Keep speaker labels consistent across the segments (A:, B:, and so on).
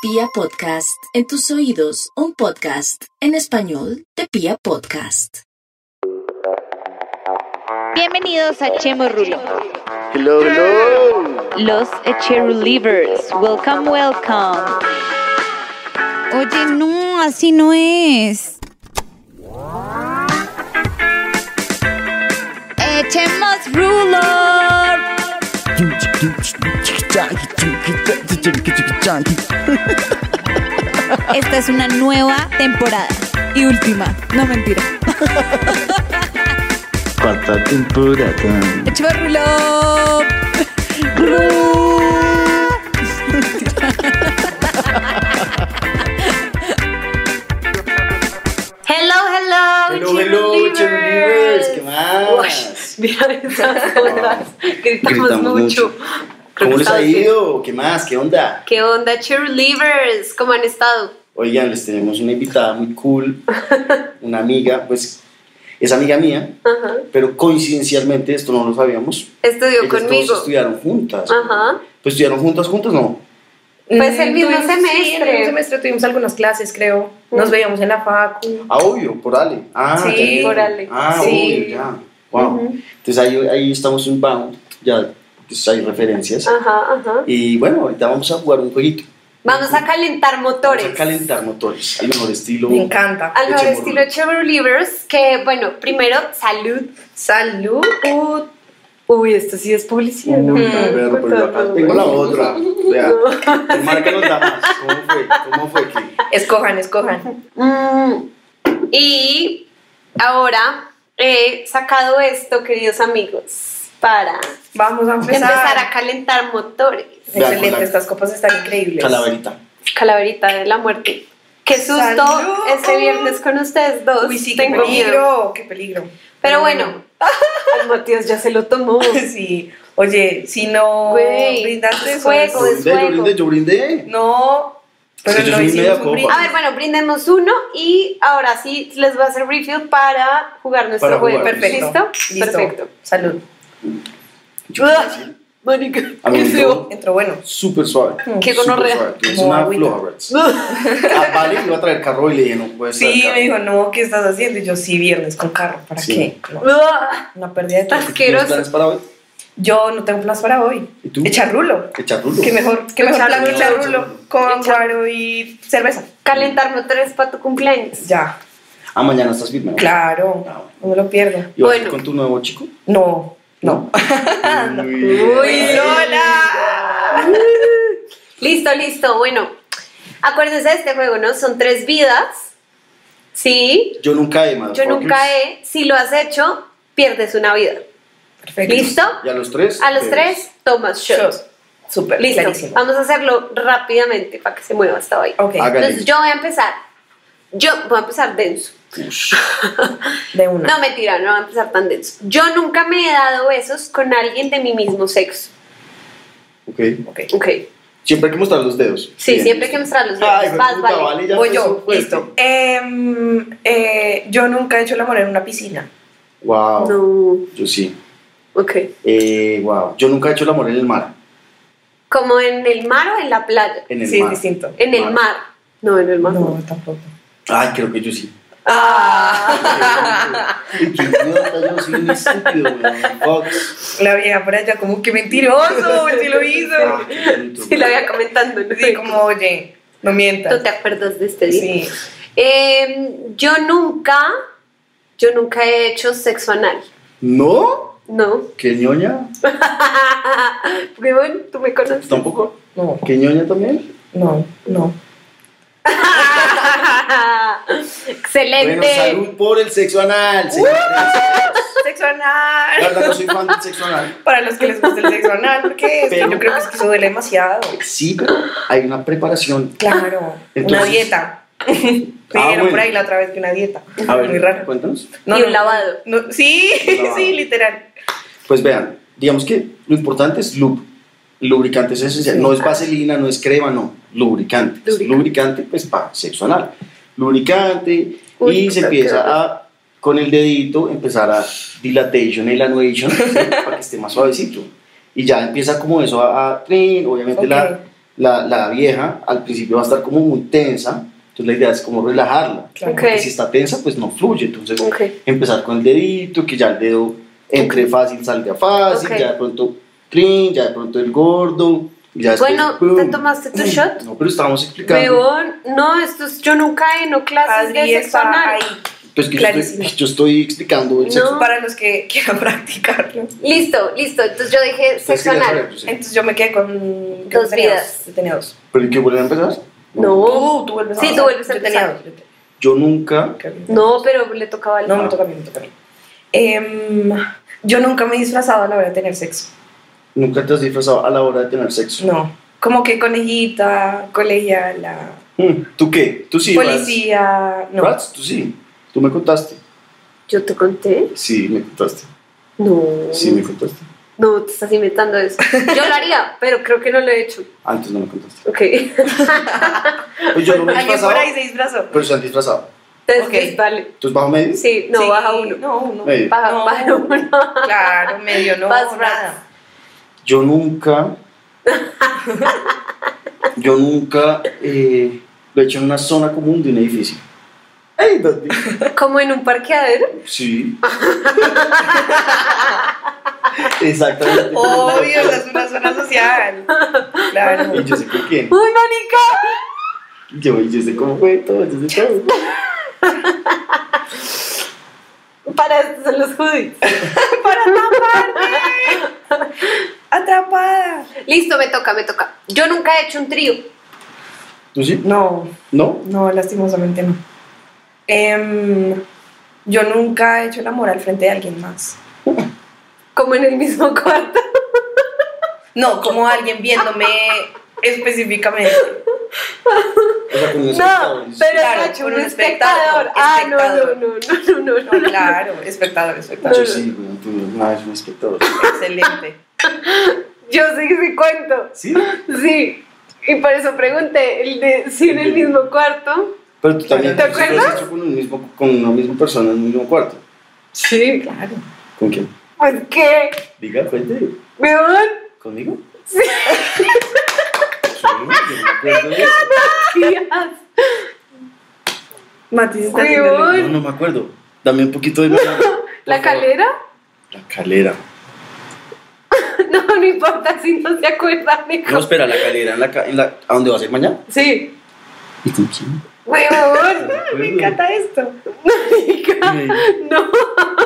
A: Pia Podcast, en tus oídos, un podcast en español de Pia Podcast.
B: Bienvenidos a Chemo Rulo.
C: Hello, hello.
B: Los Echerulivers. Welcome, welcome.
D: Oye, no, así no es. Echemos rulo.
E: Pues
D: Esta es una nueva temporada y última. No mentira.
C: ¿Cuánta temporada?
D: Echemos rulo.
E: Hello, hello.
C: Hello, hello, Cherulivers. ¿Qué más?
E: Uy, mira esas ondas. Gritamos,
C: Gritamos
E: mucho.
C: mucho.
E: Creo
C: ¿Cómo les
E: que
C: ha
E: estamos bien.
C: ido? ¿Qué más? ¿Qué onda?
E: ¿Qué onda, cheerleaders? ¿Cómo han estado?
C: Oigan, les tenemos una invitada muy cool, una amiga, pues es amiga mía,
E: Ajá.
C: pero coincidencialmente, esto no lo sabíamos,
E: Estudió
C: ellas
E: conmigo.
C: todos estudiaron juntas.
E: Ajá.
C: Pues estudiaron juntas, juntas no.
E: Pues el mismo
F: Eh, Tuvimos- Sí, en el mismo
E: semestre. Mm.
F: semestre tuvimos algunas clases, creo. Nos veíamos en la facu.
C: Ah, obvio, por Ale. Ah,
F: Sí,
C: ya entiendo.
E: por Ale.
C: Ah,
F: Sí.
C: obvio, ya. Wow. Entonces ahí, ahí estamos en bound, ya pues, hay referencias.
E: Ajá, ajá.
C: Y bueno, ahorita vamos a jugar un jueguito.
E: Vamos a calentar motores.
C: Vamos a calentar motores, al mejor estilo.
F: Me encanta.
E: Al mejor
C: Echemos
E: estilo
C: rulo.
E: cheerleaders, que bueno, primero, salud.
F: Salud.
E: Uy, esto sí es publicidad, ¿no?
C: Uy, pero, pero pues, yo acá tengo la otra. Vea, ¿qué marca nos da más? ¿Cómo fue? ¿Cómo fue que?
E: Pues,
F: Escojan, escojan.
E: Mm, y ahora he sacado esto, queridos amigos, para
F: Vamos a empezar.
E: empezar a calentar motores.
C: Vean, con
F: Excelente,
C: la-
F: estas copas están increíbles.
C: Calaverita.
E: Calaverita de la muerte. Qué susto
F: ¡Salud!
E: este viernes con ustedes dos.
F: Uy, sí, qué
E: Tengo miedo.
F: peligro, qué peligro.
E: Pero bueno, Ay, Matías ya se lo tomó.
F: Sí. Oye, si no
E: Güey,
F: brindaste eso, pues,
C: Yo
E: juego. Todo es
C: brindé, yo
E: fuego.
C: brindé, yo brindé.
F: No, pero
C: Es que yo
F: no
C: soy media
F: hicimos un
C: copa.
F: brindis.
E: A ver, bueno, brindemos uno y ahora sí les voy a hacer refill para jugar nuestro
C: Para
E: juego.
C: jugar,
F: perfecto.
E: ¿Listo?
F: Listo.
E: Perfecto.
F: Salud.
C: Yo brindé.
E: Marica,
C: A mí me entró
F: Entró bueno.
C: súper suave. súper
E: Qué gonorrea.
C: suave. Tú eres
F: Como
C: una
F: agüita.
C: floja, Rats. A Vale iba a traer carro y le dije, no puedes traer
F: Sí,
C: carro.
F: me dijo, no, ¿qué estás haciendo? Y yo, sí, viernes con carro. ¿Para
C: Sí.
F: qué? No, una pérdida de tiempo.
C: ¿Tú tienes
E: asqueroso.
C: planes para hoy?
F: Yo no tengo planes para hoy.
C: ¿Y tú?
F: Echar rulo.
C: Echar rulo.
F: ¿Qué mejor, qué mejor
E: Echar
F: plan que
E: rulo.
F: echar rulo? Con
E: Echar-
F: guaro y cerveza.
E: Calentar motores para tu cumpleaños.
F: Ya,
C: Ah, mañana estás firme. ¿no?
F: claro.
C: Ah, bueno.
F: No me lo pierdo.
C: ¿Y vas a ir
E: Bueno.
C: con tu nuevo chico?
F: No, no.
C: Uy,
F: sola!
E: Listo, listo. Bueno, acuérdense de este juego, ¿no? Son tres vidas. Sí,
C: Yo nunca he, más.
E: yo nunca he. Si lo has hecho, pierdes una vida.
F: Perfecto.
E: ¿Listo?
C: ¿Y a los tres?
E: A los
C: Eh,
E: tres, tomas shot.
F: Shot. Súper,
E: Listo. Ah.
F: clarísimo.
E: Vamos a hacerlo rápidamente para que se mueva hasta ahí.
F: Ok,
C: Hágale.
E: Entonces, yo voy a empezar. Yo voy a empezar denso.
C: ush.
F: de una.
E: No, mentira, no voy a empezar tan denso. Yo nunca me he dado besos con alguien de mi mismo sexo.
C: Ok.
F: Ok.
E: Ok.
C: Siempre hay que mostrar los dedos.
E: Sí,
C: Bien,
E: siempre
C: listo.
E: hay que mostrar los dedos.
C: Ay, hijo de
E: Vas,
C: puta,
E: vale.
C: vale, ya
F: Voy
C: empezó
F: yo,
C: fuerte.
F: listo. Em, eh, yo nunca he hecho el amor en una piscina.
C: Wow.
E: No.
C: Yo sí.
E: Ok.
C: Eh, wow. Yo nunca he hecho el amor en el mar.
E: ¿Como en el mar o en la playa?
C: En el
F: sí,
C: mar.
F: es distinto.
E: En el
C: Mar.
E: mar. No, en el mar.
F: No, tampoco.
C: Ay, creo que yo sí.
F: Ah.
C: Ay, qué idiota, yo soy un estúpido, weón. Fox.
F: La vieja por allá, como que mentiroso, si lo hizo.
C: Ah, qué tonto,
E: Sí, la había comentando. ¿no?
F: Sí, como, oye, no
E: ¿Tú
F: mientas.
E: te acuerdas de este día?
F: Sí.
E: Eh, yo nunca, yo nunca he hecho sexo anal.
C: ¿No?
E: No.
C: ¿Qué ñoña? Pues
E: Porque bueno, tú me conoces.
C: ¿Tampoco?
F: No,
C: ¿Qué ñoña también?
F: no, no.
E: Excelente. Este-
C: Bueno, salud por el sexo anal, señores.
F: Sexo
C: La
F: anal.
C: verdad, no soy fan del sexo anal.
F: Para los que les gusta el sexo anal, porque es que
C: Pero-
F: yo creo que es que eso duele demasiado.
C: Sí, pero hay una preparación.
F: Claro, una
C: Entonces-
F: dieta. Me
E: Ah,
F: dieron
C: bueno.
F: por ahí la otra vez que una dieta.
C: A ver,
F: Muy raro.
C: cuéntanos.
E: Y un lavado.
F: no, sí,
C: Un lavado.
F: sí, literal.
C: Pues vean, digamos que lo importante es lub. Lubricante es esencial. No es vaselina, no es crema, no. Lubricante. Lubricante,
E: Lubricante.
C: pues para sexo anal. Lubricante
E: Uy,
C: y se
E: creo que-
C: empieza a, con el dedito, empezar a dilatation, el anuation, ¿sí? para que esté más suavecito. Y ya empieza como eso a, a- trin, obviamente la,
F: Ok.
C: la, la vieja al principio va a estar como muy tensa, entonces la idea es como relajarla.
F: Claro.
E: Ok.
C: Porque si está tensa, pues no fluye, entonces
E: Ok.
C: empezar con el dedito, que ya el dedo entre fácil, salga fácil,
E: Ok.
C: ya de pronto clean, ya de pronto el gordo. y Ya después,
E: Bueno,
C: ¡pum!
E: ¿te tomaste tu shot?
C: No, pero estábamos explicando.
E: Weón, no, esto es- yo nunca he no clases
F: Adri
E: de sexo
F: está
E: anal.
F: ahí.
C: Pues que yo estoy,
F: Clarísimo.
C: yo estoy explicando el
E: No,
C: sexo.
F: Para los que quieran practicarlo.
E: Listo, listo. Entonces yo dejé
C: Entonces,
E: sexo
C: quería saber,
E: anal.
C: pues, sí.
F: Entonces yo me quedé con.
E: Dos
F: tenía
E: vidas.
F: Dos, tenía dos.
C: ¿Pero en qué vuelven a empezar?
E: No,
F: Tú, tú vuelves a
E: Sí, tú
F: empezar.
E: vuelves a
F: Yo tenía
E: empezar.
F: dos, yo te-
C: Yo nunca.
F: creo que-
E: No, pero le tocaba al
F: No, me toca a mí, me toca a mí. Em, yo nunca me he disfrazado a la hora de tener sexo.
C: Nunca te has disfrazado a la hora de tener sexo.
F: No. Como que conejita, colegiala,
C: Mm, ¿Tú qué? ¿Tú sí?
F: policía.
C: Rats?
F: Pues No.
C: Rats, tú sí. Tú me contaste.
E: Yo te conté.
C: Sí, me contaste.
E: No.
C: Sí, me contaste.
E: No, te estás inventando eso. Yo lo haría, pero creo que no lo he hecho.
C: Antes no me contaste.
E: Ok.
C: Pues yo no me he
F: Alguien
C: disfrazado,
F: por ahí se disfrazó.
C: pero se han disfrazado.
E: Entonces,
F: Ok.
E: pues, vale.
C: ¿Tú es bajo medio?
E: Sí, no,
F: Sí,
E: baja uno.
F: No, uno.
C: Medio.
E: Baja,
F: No.
E: baja uno.
F: Claro, medio no.
E: Vas,
F: nada.
C: Yo nunca. yo nunca eh, lo he hecho en una zona común de un edificio. ¡Ey, Dati!
E: Como en un parqueadero.
C: Sí. Exactamente.
F: Oh. Obvio, esa es una zona social. Claro.
C: Y yo sé con quién.
E: ¡Uy, manica!
C: Yo, yo sé cómo fue todo, yo sé todo.
E: Para estos son los hoodies.
F: Atrapada.
E: Listo, me toca, me toca. Yo nunca he hecho un trío.
C: ¿Tú sí?
F: No,
C: ¿No?
F: no, lastimosamente no. Em, yo nunca he hecho el amor al frente de alguien más.
E: Como en el mismo cuarto.
F: No, como alguien viéndome específicamente.
C: O sea, con un
E: No,
C: espectador.
E: pero
F: Claro,
E: Nacho, un
F: un
E: espectador.
F: espectáculo,
E: Ah, no, no,
F: espectador.
E: no, no,
F: No,
E: no, no.
F: claro, espectador, espectador.
C: Yo sí, güey, tú una vez un espectador.
F: Excelente.
E: Yo sé que sí cuento.
C: ¿Sí?
E: Sí. Y por eso pregunté el de si en el mismo cuarto.
C: Pero tú también.
E: ¿Te
C: tú sí lo has
E: acuerdas?
C: hecho Con, un mismo, con una misma persona en un mismo cuarto.
E: Sí.
F: Claro.
C: ¿Con quién?
E: Pues qué,
C: Diga, cuente.
E: weón.
C: ¿Conmigo? Sí. yo me acuerdo de eso.
E: Tías.
F: Mati se está haciendo loco.
E: Weón.
C: No, no me acuerdo. Dame un poquito de memoria, por
E: ¿La
C: favor.
E: calera?
C: La calera.
E: No, no importa si no se acuerda, mijo.
C: No, espera, la calera. En la, ca- en la, ¿A dónde vas a ir mañana?
E: Sí.
C: ¿Y con quién?
E: Weón.
F: Me encanta esto.
E: No,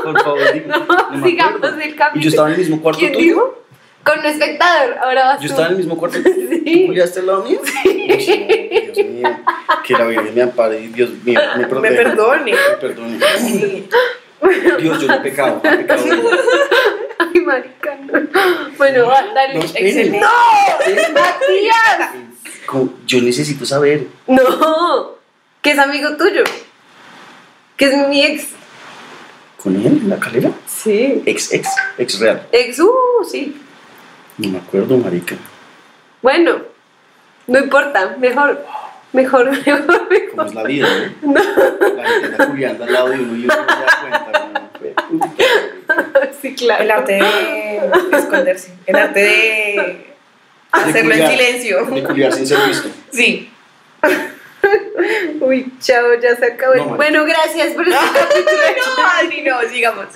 C: Por favor, dime. No me
E: sigamos
C: acuerdo.
E: el
C: Y
E: capítulo.
C: yo estaba en el mismo cuarto
E: ¿Quién
C: tuyo.
E: dijo? Con un espectador. Ahora vas
C: Yo
E: tú.
C: estaba en el mismo cuarto.
E: Sí.
C: ¿Tú culiaste al lado mío? Sí. Dios mío. Que la Virgen me ampare y Dios mío, me
F: Me
C: protege.
F: perdone.
C: Me perdone. Dios, yo no he pecado. he pecado.
E: Ay, marica. no. Bueno, va, dale.
C: No,
F: Excelente.
C: esperen.
E: Matías.
C: Como- Yo necesito saber.
E: No. Que es amigo tuyo. Que es mi ex.
C: ¿Con él en la calera?
E: Sí.
C: Ex, ex, ex real.
E: Ex, uh, sí.
C: No me acuerdo, marica.
E: Bueno, no importa, mejor, mejor, mejor.
C: ¿Cómo es la vida, no? La gente anda culiando al lado de uno y uno no se da cuenta. ¿no? Puta, marica.
E: Sí,
F: El
E: claro.
F: arte de esconderse. El arte de hacerlo en
C: culiar.
F: silencio.
C: De culiar sin ser visto.
F: Sí.
E: Uy, chao, ya se acabó. el-
C: No, man.
E: bueno, gracias por este capítulo.
F: No, Adri, no, sigamos.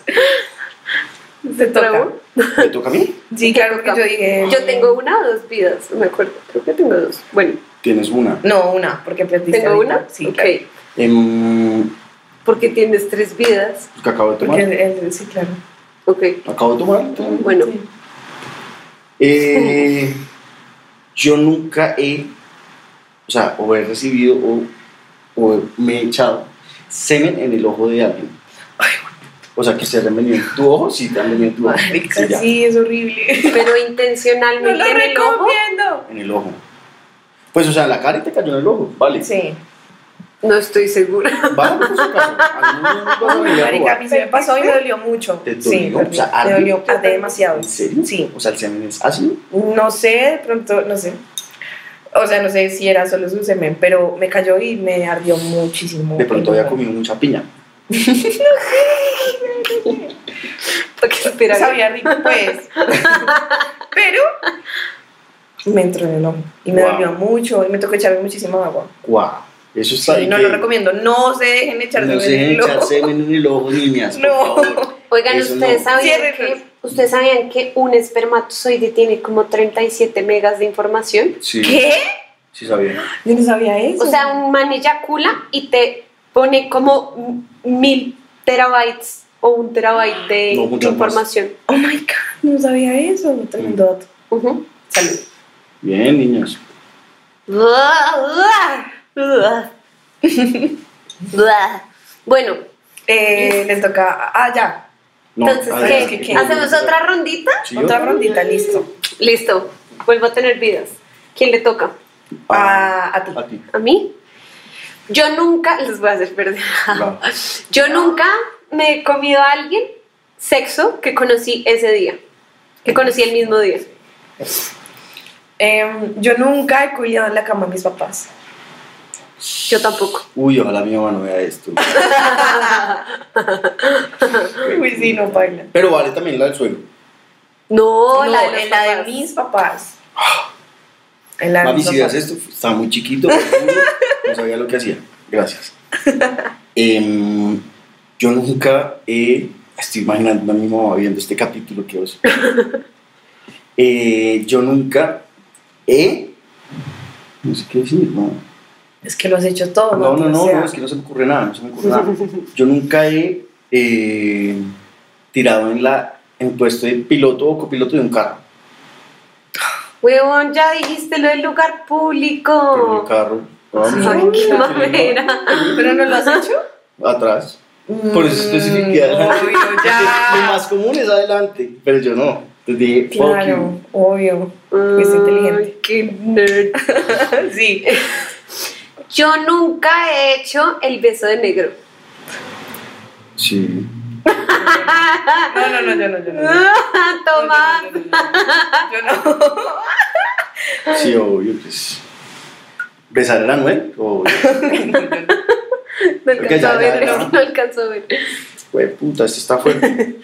E: ¿Se
F: toca.
E: trabó?
C: ¿Me toca a mí?
F: Sí, claro que yo dije.
E: Yo tengo una o dos vidas, no me acuerdo. Creo que tengo dos. Bueno,
C: Tienes una.
F: No, una, porque aprendiste.
E: ¿tengo
F: ahorita.
E: una?
F: Sí,
E: ok.
F: claro.
C: Em,
E: Porque tienes tres vidas.
C: que acabo de
F: Porque
C: tomar.
F: el, el- sí, claro.
E: Ok.
C: Acabo de tomar. entonces.
E: Bueno,
F: Sí.
C: Eh, yo nunca he, o sea, o he recibido o, o me he echado semen en el ojo de alguien. O sea, que se han venido en tu ojo, sí, te han venido en tu ojo.
F: Marica,
C: Sí, ya,
F: sí, es horrible.
E: pero intencionalmente en el ojo.
C: En el ojo. Pues, o sea, la cara y te cayó en el ojo, vale.
F: Sí.
E: No estoy segura.
C: Vale, por su caso. A mí no me vas a venir a
F: Marica, a
C: robar.
F: mí se me pasó y me dolió mucho.
C: ¿Te
F: Sí,
C: dolió? O sea,
F: me
C: ¿arde?
F: dolió arde demasiado.
C: ¿En serio?
F: Sí.
C: O sea, el semen es ácido.
F: No sé, de pronto, no sé. O sea, no sé si era solo su semen, pero me cayó y me ardió muchísimo.
C: De pronto había comido mucha piña.
E: Porque espera.
F: Sabía rico, pues. pero me entró en el ojo y me
C: Wow.
F: dolió mucho y me tocó echarme muchísima agua.
C: Guau. Eso
F: Sí,
C: está
F: no
C: que
F: lo recomiendo, no se dejen echar
C: No
F: semen
C: se
F: en
C: dejen
F: el ojo.
C: echar semen en el ojo, niñas. por
F: No.
C: favor.
E: Oigan,
C: Eso
E: ¿ustedes,
C: no.
E: sabían
F: Ciérrenlos.
E: que, ¿ustedes sabían que un espermatozoide tiene como 37 megas de información?
C: Sí,
F: ¿Qué?
C: sí sabía.
F: Yo no sabía eso.
E: O sea, un man eyacula y te pone como m- mil terabytes o un terabyte de
C: No, muchas más.
E: información.
F: oh my god, no sabía eso. Tremendo dato.
E: Ujú.
F: Salud.
C: Bien, niñas.
E: Bueno,
F: Eh, les toca. Ah, ya.
C: No,
E: entonces,
C: a
F: ver,
E: ¿qué?
F: ¿qué quieren?
E: ¿Hacemos otra rondita?
C: ¿Sí,
F: Otra
C: yo?
F: rondita, listo.
E: Listo, vuelvo a tener vidas. ¿Quién le toca?
C: Ah,
F: Ah, a ti.
C: a ti.
E: ¿A mí? Yo nunca, les voy a hacer perder.
C: Claro.
E: Yo nunca me he comido a alguien sexo que conocí ese día, que conocí el mismo día.
F: Em, yo nunca he cuidado en la cama a mis papás.
E: Yo tampoco.
C: Uy, ojalá mi mamá no vea esto.
F: Uy, sí, no bailan.
C: Pero vale también la del suelo.
E: No, la de los
F: en la de
E: papás.
F: mis papás. En la de
C: Mami,
F: mis
C: si veas
F: papás.
C: esto, estaba muy chiquito, profundo, no sabía lo que hacía. Gracias. Em, yo nunca he. Estoy imaginando a mi mamá viendo este capítulo que os. Eh, yo nunca he. No sé qué decir, no.
F: Es que lo has hecho todo,
C: No, no,
F: O
C: no,
F: sea,
C: no, es que no se me ocurre nada, no se me ocurre nada. Yo nunca he eh, tirado en, la, en puesto de piloto o copiloto de un carro.
E: Huevón, ya dijiste lo del lugar
F: Oh.
C: Pero en un
E: público.
C: carro, vamos,
E: Ay, qué mamera.
F: ¿Pero no lo has hecho?
C: atrás. Por eso especifiqué adelante.
F: Mm, Obvio,
C: Lo
F: ya.
C: más común es adelante, pero yo no. Entonces dije, fuck
F: Claro,
C: you.
F: obvio. Es inteligente.
E: Ay, qué nerd.
F: Sí.
E: Yo nunca he hecho el beso de negro.
C: Sí.
F: No, no, no, yo no, yo no. yo no.
E: Toma.
F: Yo no. yo no.
C: Sí, obvio, pues. ¿Besar a Anuel? Obvio.
E: No
C: Porque
E: alcanzó
C: ya,
E: a
C: ya,
E: ver,
C: ya.
E: es que no alcanzó a ver.
C: Güey, puta, esto está fuerte.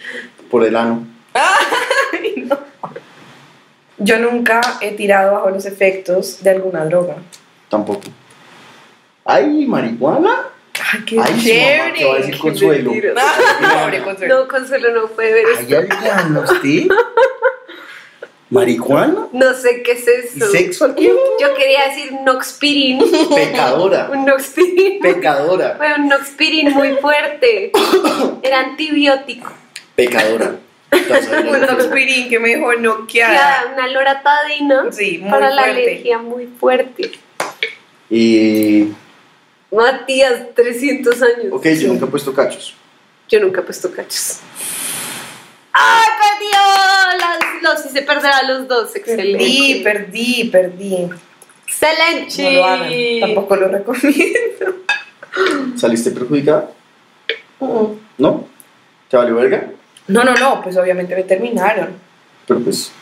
C: Por el ano.
F: Yo nunca he tirado bajo los efectos de alguna droga.
C: Tampoco. ¿Ay, marihuana?
F: Ay, qué
C: Ay, su mamá, ¿qué va a decir Consuelo?
F: Pobre Consuelo.
E: No, Consuelo no puede ver eso.
C: ¿Hay alguien usted? ¿Marihuana?
E: No sé qué es
C: ¿Y
E: eso.
C: sexo al tiempo?
E: Yo quería decir Noxpirin.
C: Pecadora.
E: Un Noxpirin.
C: Pecadora.
E: Fue un Noxpirin muy fuerte. Era antibiótico.
C: Pecadora. Estás hablando.
F: Un Noxpirin que me dejó noqueada.
E: Era una loratadina
F: Sí, muy
E: para la
F: fuerte.
E: alergia muy fuerte.
C: Y.
E: Matías, 300 años.
C: Ok, yo nunca he puesto cachos.
E: Yo nunca he puesto cachos. ¡Ay, perdió! Los, los hice perder a los dos. Excelente.
F: Perdí, perdí, perdí.
E: Excelente.
F: No lo hagan. Tampoco lo recomiendo.
C: ¿Saliste perjudicada? ¿No? ¿Te valió verga?
F: No, no, no, pues obviamente me terminaron.
C: Pero pues,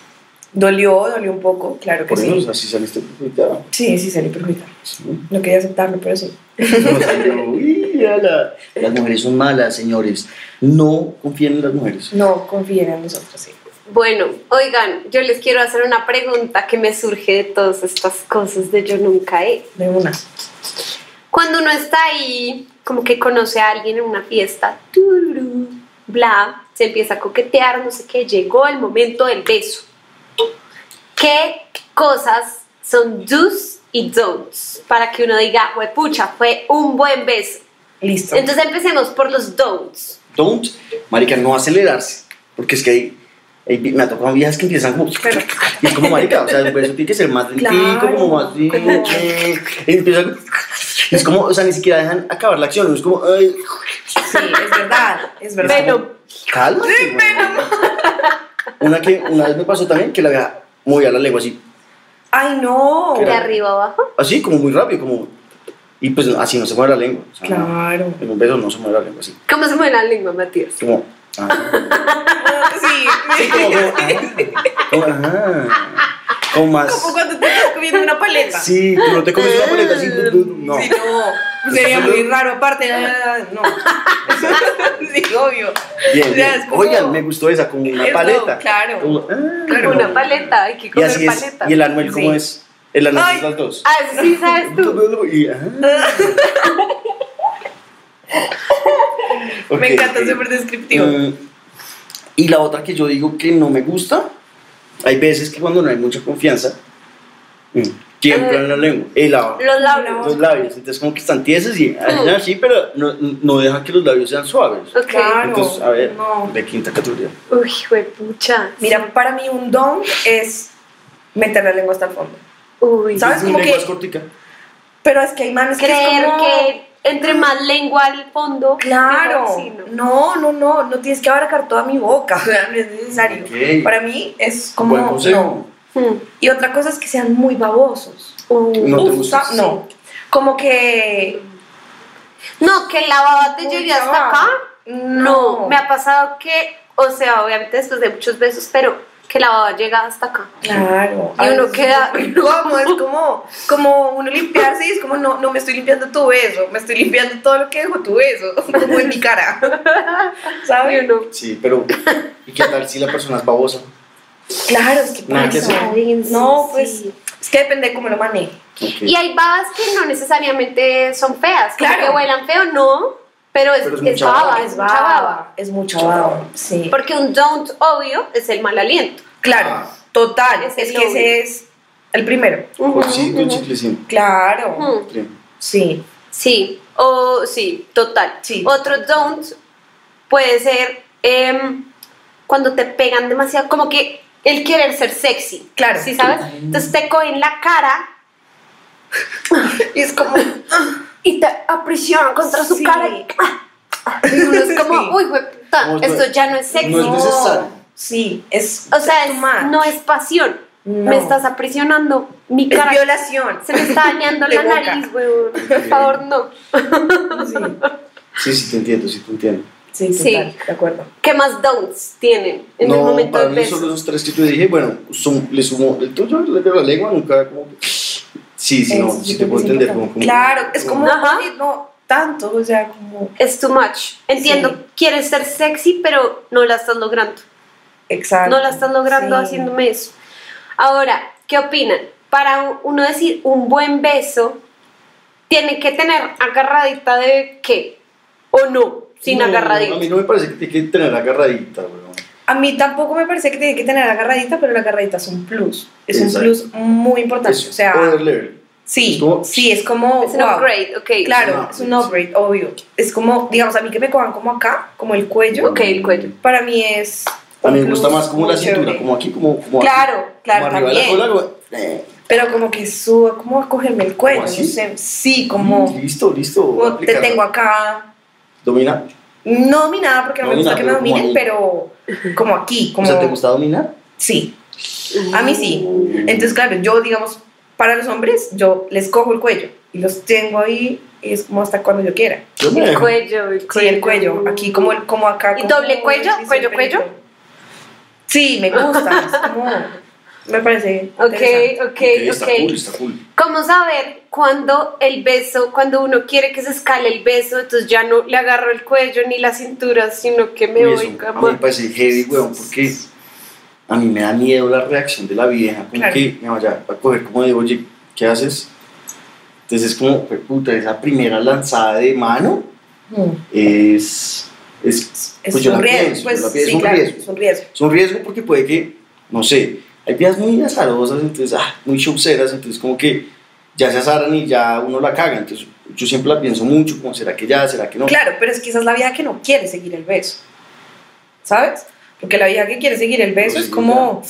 F: Dolió, dolió un poco, claro que
C: por eso,
F: sí.
C: así saliste perjudicada.
F: Sí, sí, salí perjudicada.
C: Sí.
F: No quería aceptarlo, pero sí.
C: No salió. Uy, ala. Las mujeres son malas, señores. No confíen en las mujeres.
F: No confíen en nosotros, sí.
E: Bueno, oigan, yo les quiero hacer una pregunta que me surge de todas estas cosas de yo nunca he.
F: De una.
E: Cuando uno está ahí, como que conoce a alguien en una fiesta, tururú, bla, se empieza a coquetear, no sé qué, llegó el momento del beso. ¿Qué cosas son do's y don'ts para que uno diga, pucha, fue un buen beso?
F: Listo.
E: Entonces empecemos por los don'ts.
C: Don't, marica, no acelerarse. Porque es que hay, hay- me ha tocado viejas que empiezan como. Y es como, marica, o sea, el beso tiene que ser más lentico,
F: Claro,
C: como más. así,
F: como-
C: eh, y empieza como- Es como, o sea, ni siquiera dejan acabar la acción. Es como, ay,
F: Sí, es verdad, es verdad.
E: Venom.
C: Cálmate, güey. Una que una vez me pasó también que la vea movía la lengua así,
F: Ay, no.
E: De arriba abajo.
C: así como muy rápido, como y pues así no se mueve la lengua. o sea,
F: Claro.
C: En un beso no se mueve la lengua así,
E: ¿Cómo se mueve la lengua, Matías?
C: como ah,
F: Sí,
C: como, ah, como, ajá. Como más.
F: Como cuando te estás comiendo una paleta.
C: Sí, tú no te comes una paleta así. tú- tú- No.
F: Sí, no. Pues Sería muy raro, aparte. ah, No. sí, obvio.
C: Bien,
F: O sea,
C: bien.
F: es como-
C: Oigan, me gustó esa, como una
F: Eso,
C: paleta.
F: claro.
C: Como, ah,
F: Claro.
E: Una paleta, hay que
C: Y
E: comer
C: así es.
E: paleta.
C: ¿Y el Anuel cómo
F: Sí.
C: es? El Anuel es
F: Ay.
C: las dos.
E: Así Ah, sabes tú.
C: Y, ah. Ok,
F: Me encanta,
C: ok.
F: súper descriptivo.
C: Mm, Y la otra que yo digo que no me gusta, hay veces que cuando no hay mucha confianza, mm, tiemblan la lengua, eh, la-
E: Los labios.
C: los labios. Entonces, como que están tiesos y así, pero no, no dejan que los labios sean suaves.
E: Ok.
F: Claro.
C: Entonces, a ver,
F: no.
C: de quinta categoría.
E: Uy, huepucha.
F: Mira, para mí un don es meter la lengua hasta el fondo.
E: Uy.
F: ¿Sabes?
C: Mi
F: como
C: lengua
F: que-
C: es cortica.
F: Pero es que hay manes que es
E: Creer
F: como-
E: que entre más lengua al fondo.
F: Claro.
E: mejor, sí, ¿no?
F: No, no, no, no tienes que abarcar toda mi boca, o sea, no es necesario.
C: Ok.
F: Para mí es como
C: Buen consejo.
F: no. Y otra cosa es que sean muy babosos.
E: Mm.
C: No te
F: Uf,
C: gusta.
F: sa- No. Como que
E: No, que la baba te llegue hasta acá. No, me ha pasado que, o sea, obviamente después de muchos besos, pero que la baba llega hasta acá.
F: Claro.
E: Y
F: A
E: uno
F: veces
E: queda-
F: es como, ¿Cómo? Es como, como uno limpiarse y es como, no, no me estoy limpiando tu beso, me estoy limpiando todo lo que dejó tu beso, como en mi cara.
E: Y
F: ¿Sabes?
E: uno,
C: Sí, pero ¿y qué tal si la persona es babosa?
F: Claro, es que
C: Nada que
F: pasa.
E: hacer.
F: No,
E: Sí.
F: pues, es que depende de cómo lo maneje.
C: Ok.
E: Y hay babas que no necesariamente son feas, como
F: Claro.
E: que vuelan feo, no, pero es,
C: Pero es
E: es
C: mucha
E: baba,
C: baba.
E: es mucha baba.
F: Es mucha baba, sí.
E: Porque un don't obvio es el mal aliento.
F: Claro,
C: Ah.
F: total.
E: Es
F: Es,
E: el
F: que
E: lobby.
F: ese es el primero.
C: Corcito, chiclecín.
F: Claro.
E: Mm,
C: Bien.
F: Sí.
E: Sí, o sí, total.
F: Sí.
E: Otro don't puede ser em, cuando te pegan demasiado, como que el querer ser sexy.
F: Claro.
E: ¿Sí sabes? Entonces te cogen la cara
F: Y es como.
E: y te aprisionan contra su
F: Sí.
E: cara y, y uno es como,
F: Sí.
E: uy, güey, puta,
C: Como
E: esto ya no es sexy.
C: No es necesario.
F: Sí, es.
E: O sea,
F: too
E: es-
F: much.
E: no es pasión.
F: No.
E: Me estás aprisionando mi
F: Es
E: cara.
F: violación.
E: Se me está dañando
F: De
E: la
F: boca.
E: nariz, weón. Por favor, no.
C: Sí, sí, te entiendo, sí, te entiendo.
F: Sí, sí,
E: Sí.
F: total, de acuerdo.
E: ¿Qué más don'ts tienen en el
C: No,
E: momento
C: para
E: del
C: mí solo
E: beso?
C: esos tres que te dije, bueno, sum- le sumo el tuyo, le veo la lengua, nunca como que... Sí, sí, no,
F: Eso
C: sí
F: sí
C: te puedo
F: parece
C: entender. Como,
F: importante.
C: como-
F: Claro, es como.
E: Ajá.
F: "Ay, No tanto, o sea, como.
E: Es too much. Entiendo,
F: Sí.
E: quieres ser sexy, pero no la estás logrando.
F: Exacto.
E: No la estás logrando
F: Ah, Sí.
E: haciéndome eso. Ahora, ¿qué opinan? Para u- uno decir un buen beso, tiene que tener agarradita de qué? ¿O no? Sin
C: No,
E: agarradita.
C: A mí no me parece que tiene que tener agarradita, weón.
F: A mí tampoco me parece que tiene que tener agarradita, pero la agarradita es un plus. Es
C: Exacto.
F: un plus muy importante.
C: Es
F: o sea,
C: other level.
F: sí,
C: es como- Ah,
F: sí, es como.
E: Es un
F: wow.
E: upgrade, ok.
F: Claro,
C: Es
F: es
C: un
F: un upgrade, obvio. Es como, digamos, a mí que me cojan como acá, como el cuello.
E: Ok, el cuello.
F: Para mí es.
C: A mí
F: un
C: me gusta
F: plus
C: más como
F: muy
C: la cintura,
F: chévere.
C: como aquí, como, como aquí.
F: Claro, claro,
C: como arriba
F: también.
C: de la cola, como- eh,
F: Pero como que suba, como a cogerme el cuello,
C: ¿Como
F: no
C: así? Mm,
F: sé. Sí, como.
C: Listo, listo. voy a
F: como te
C: aplicarla.
F: tengo acá.
C: Domina.
F: No dominada, porque no, me gusta
C: Dominada,
F: que me
C: pero como
F: dominen, pero como aquí, como.
C: O sea, ¿te gusta dominar?
F: Sí. A mí sí. Entonces, claro, yo, digamos, para los hombres, yo les cojo el cuello y los tengo ahí y es como hasta cuando yo quiera.
C: Yo me
E: El
C: dejo.
E: cuello, el
F: Sí,
E: cuello.
F: el cuello, aquí como, el- como acá.
E: ¿Y
F: como
E: doble cuello?
F: el
E: ¿Cuello, cuello?
F: pelito. Sí, me gusta. es como- me parece. interesante.
E: Ok, ok,
C: Está cool,
E: ok.
C: está cool.
E: ¿Cómo saber cuando el beso, cuando uno quiere que se escale el beso, entonces ya no le agarro el cuello ni la cintura, sino que me
C: Y
E: voy
C: eso, Ah, a mí me parece heavy, weón, porque a mí me da miedo la reacción de la vieja, como
F: Claro.
C: que me vaya a coger como de, oye, ¿qué haces? Entonces es como, "Jue puta, esa primera lanzada de mano
F: Mm.
C: es, es,
F: Es
C: pues yo
F: un
C: la
F: riesgo.
C: pienso,
F: pues,
C: yo la pienso,
F: sí,
C: es un
F: claro,
C: riesgo.
F: es un riesgo.
C: Es un riesgo porque puede que, no sé, hay vías muy azarosas, entonces, ah, muy showceras, entonces como que ya se azaran y ya uno la caga, entonces yo siempre la pienso mucho, como, ¿será que ya, será que no?
F: Claro, pero es quizás la vieja que no quiere seguir el beso. ¿Sabes? Porque la vieja que quiere seguir el beso
C: Pues
F: es
C: sí,
F: como,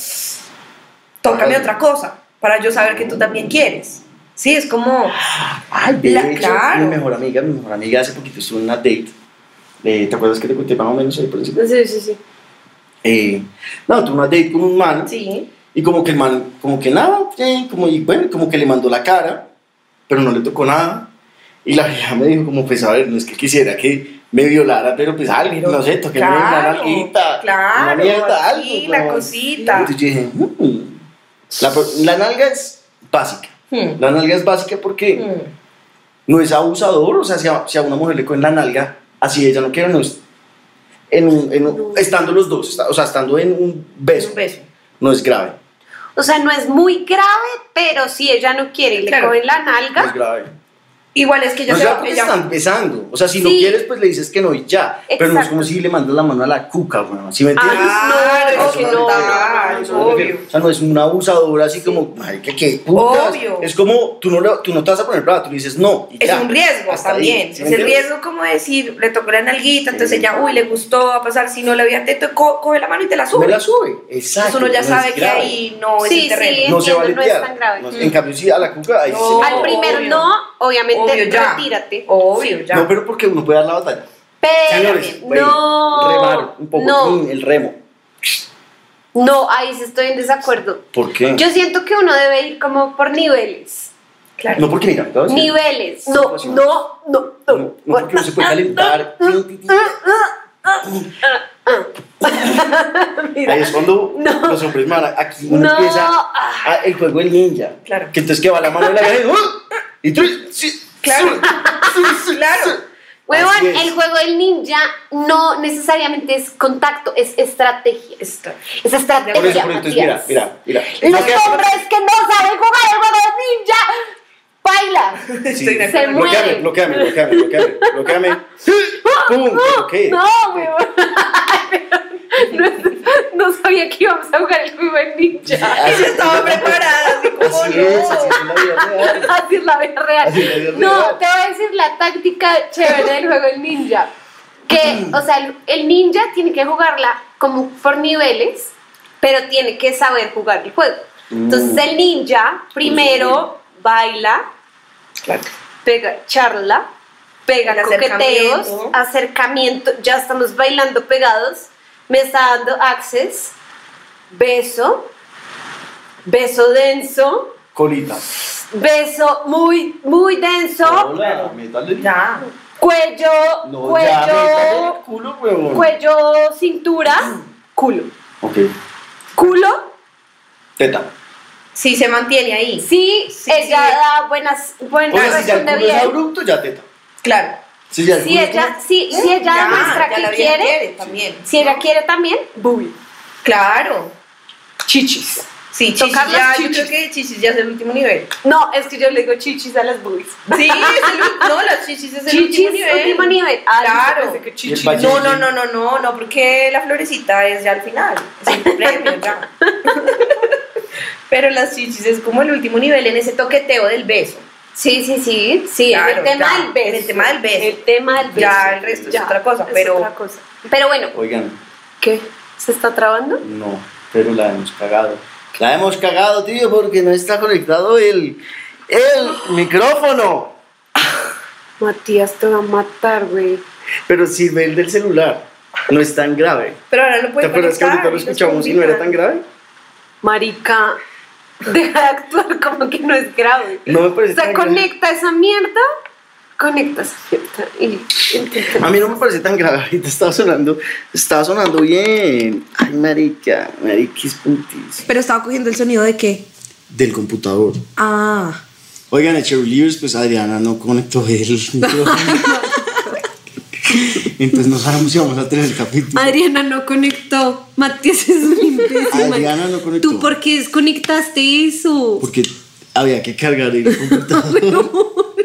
F: tócame
C: Ajá.
F: otra cosa, para yo saber que tú también quieres. Sí, es como,
C: Ay, de
F: La-
C: hecho,
F: claro.
C: mi mejor amiga, mi mejor amiga hace poquito estuvo en una date. Eh, ¿Te acuerdas que te conté más o menos ahí por encima?
E: Sí, sí, sí.
C: Eh, no, tuvo una date con un man
F: sí,
C: y como que el man, como que nada, eh, como, y bueno, como que le mandó la cara, pero no le tocó nada. Y la vieja me dijo como, pues a ver, no es que quisiera que me violara, pero pues algo,
F: Pero,
C: no sé, toqué una
F: claro,
C: nalguita,
F: claro,
C: una mierda, algo.
F: así, la
C: como-
F: cosita.
C: Entonces yo dije, "Mm, La, pro- la nalga es básica.
F: Hmm.
C: La nalga es básica porque
F: Hmm.
C: no es abusador. O sea, si a, si a una mujer le cogen la nalga, así ella no quiere, no es. En un- en un- estando los dos, esta- o sea, estando en un beso,
F: Un beso.
C: no es grave.
E: O sea, no es muy grave, pero si ella no quiere y le
F: Claro.
E: cogen
C: No
E: la
C: es
E: nalga,
C: grave.
F: Igual es que
C: No
F: ella
C: es
F: se
C: grave
F: va.
C: Pues porque
F: ella-
C: están besando. O sea, si no
E: Sí.
C: quieres, pues le dices que no y ya. Pero no es
E: Exacto.
C: como si le mandas la mano a la cuca, weón. ¿Sí me entiendes?
F: Ah,
C: Ah,
E: Claro,
C: Eso
E: que
C: me refiero,
E: no,
F: total,
C: eso me refiero.
F: obvio.
C: O sea, no es una abusadora así como, ay, que qué putas.
F: Obvio.
C: Es como, tú no, le- tú no te vas a poner brava, tú le dices no. y
F: Es
C: ya.
F: un riesgo
C: Hasta ahí,
F: también.
C: ¿sí me
F: es el
C: entiendes?
F: riesgo como decir, le tocó la nalguita, entonces
C: Sí.
F: ella, uy, le gustó, va a pasar, si no le había te co- coge la mano y te la
C: Me
F: sube.
C: la sube. Exacto.
F: Entonces uno
C: no
F: ya
C: es
F: sabe que
C: grave.
F: ahí no
E: Sí,
F: es el
E: sí,
F: terreno.
C: no se
E: entiendo,
C: va a
E: no es
C: limpiar.
E: tan grave.
C: No, En cambio, sí, a la cuca ahí
F: No.
C: se
E: al primer
F: obvio.
E: no, obviamente
F: Obvio, ya.
E: retírate.
F: Obvio,
E: Sí.
F: ya.
C: No, pero porque uno puede dar la batalla.
E: Pero
C: Señores, güey,
E: no,
C: remar un poco,
E: no,
C: mm, el remo.
E: no, ahí sí estoy en desacuerdo.
C: ¿Por qué?
E: Yo siento que uno debe ir como por niveles.
F: Claro.
C: No, porque mira, te voy a decir,
E: Niveles. No,
C: Sí,
E: no, no,
C: no,
E: no.
C: no, porque no se puede calentar.
E: Mira.
C: Ahí es cuando
E: No.
C: los hombres man, aquí uno
E: No.
C: empieza a- el juego del ninja.
F: Claro.
C: Que entonces que va la mano de la vieja y, ¡ah! y tú, sí,
F: Claro. claro.
E: Huevón,
C: Así es.
E: el juego del ninja no necesariamente es contacto, es estrategia.
F: Está-
E: Es estrategia.
C: Por eso, por eso, entonces, mira,
E: Matías.
C: mira, mira.
E: Los
C: Lo que-
E: hombres que no saben jugar el juego del ninja, baila.
C: sí,
F: Estoy de
E: Se
F: acuerdo.
E: muere.
C: bloqueame, bloqueame, bloqueame, bloqueame, bloqueame. ¡Pum! que bloquee.
E: No, huevón. Ay, pero No, no sabía que íbamos a jugar el juego del ninja.
C: Así-
F: Ella estaba preparada, así como
C: Así
F: no.
C: es, así es la vida real.
E: Así es la vida real.
C: Así es la vida
E: no,
C: real.
E: te voy a decir la táctica chévere del juego del ninja. Que, o sea, el, el ninja tiene que jugarla como por niveles, pero tiene que saber jugar el juego.
C: Mm.
E: Entonces el ninja primero baila,
F: Claro.
E: pega charla, pega
F: El
E: coqueteos,
F: acercamiento.
E: acercamiento, ya estamos bailando pegados, me está dando access, beso, beso denso,
C: Colita.
E: beso muy, muy denso,
C: Hola, métale.
F: Ya.
E: cuello,
C: No,
E: cuello,
C: ya, métale el culo, huevón.
E: cuello, cintura, culo,
C: Ok,
E: culo,
C: teta.
F: Sí, se mantiene ahí.
E: sí,
F: Sí,
E: ella
F: sí.
E: da buenas, buenas,
C: O sea, si ya el
E: responde
C: culo es
E: bien.
C: abrupto, ya teta.
F: Claro.
C: Si ya el
E: Si
C: culo es
E: ella, si, si ella
F: Ya,
E: demuestra
F: ya la
E: que
F: vieja
E: quiere,
F: también.
E: si ella quiere también, booby.
F: Claro.
E: Chichis.
F: Sí, chichis.
E: Tocar las
F: ya,
E: chichis.
F: Yo creo que chichis ya es el último nivel.
E: No, es que yo le digo chichis a las boobies.
F: Sí, es el, ul- no, las chichis es el
E: Chichis,
F: último nivel.
E: último nivel. Ah,
F: Claro.
E: yo pensé que
C: Y el
E: chichis.
C: valle-
F: No, no, no, no, no, no, porque la florecita es ya al final, es el premio ya. Pero las chichis es como el último nivel en ese toqueteo del beso.
E: Sí, sí, sí. Sí, en
F: Claro,
E: el tema
F: ya,
E: del beso.
F: en el tema del beso.
E: El tema del beso.
F: Ya el resto es
E: Ya,
F: otra cosa,
E: es
F: pero
E: otra cosa. Pero bueno,
C: Oigan,
E: ¿qué? ¿Se está trabando?
C: no, pero la hemos cagado. La hemos cagado, tío, porque no está conectado el, el micrófono.
E: Matías te va a matar, güey.
C: Pero sirve el del celular. No es tan grave.
F: Pero ahora lo
C: ¿Te
F: puedes
C: acuerdas que ahorita lo escuchamos y no era tan grave?
E: Marica, deja de actuar como que no es grave.
C: No me
E: O
C: parece
E: sea,
C: tan grave.
E: conecta esa mierda, conecta esa mierda y intenta.
C: A mí no me parece tan grave. Ahorita estaba sonando, estaba sonando bien. Ay, marica, mariquis puntis.
D: Pero estaba cogiendo el sonido de qué.
C: Del computador.
D: Ah.
C: Oigan, a Cheerleaders, pues Adriana no conectó el micrófono. Entonces no sabemos si vamos a tener el capítulo.
D: Adriana no conectó. Matías es un imbécil. man.
C: Adriana no conectó.
D: ¿Tú por qué desconectaste eso?
C: Porque había que cargar el computador.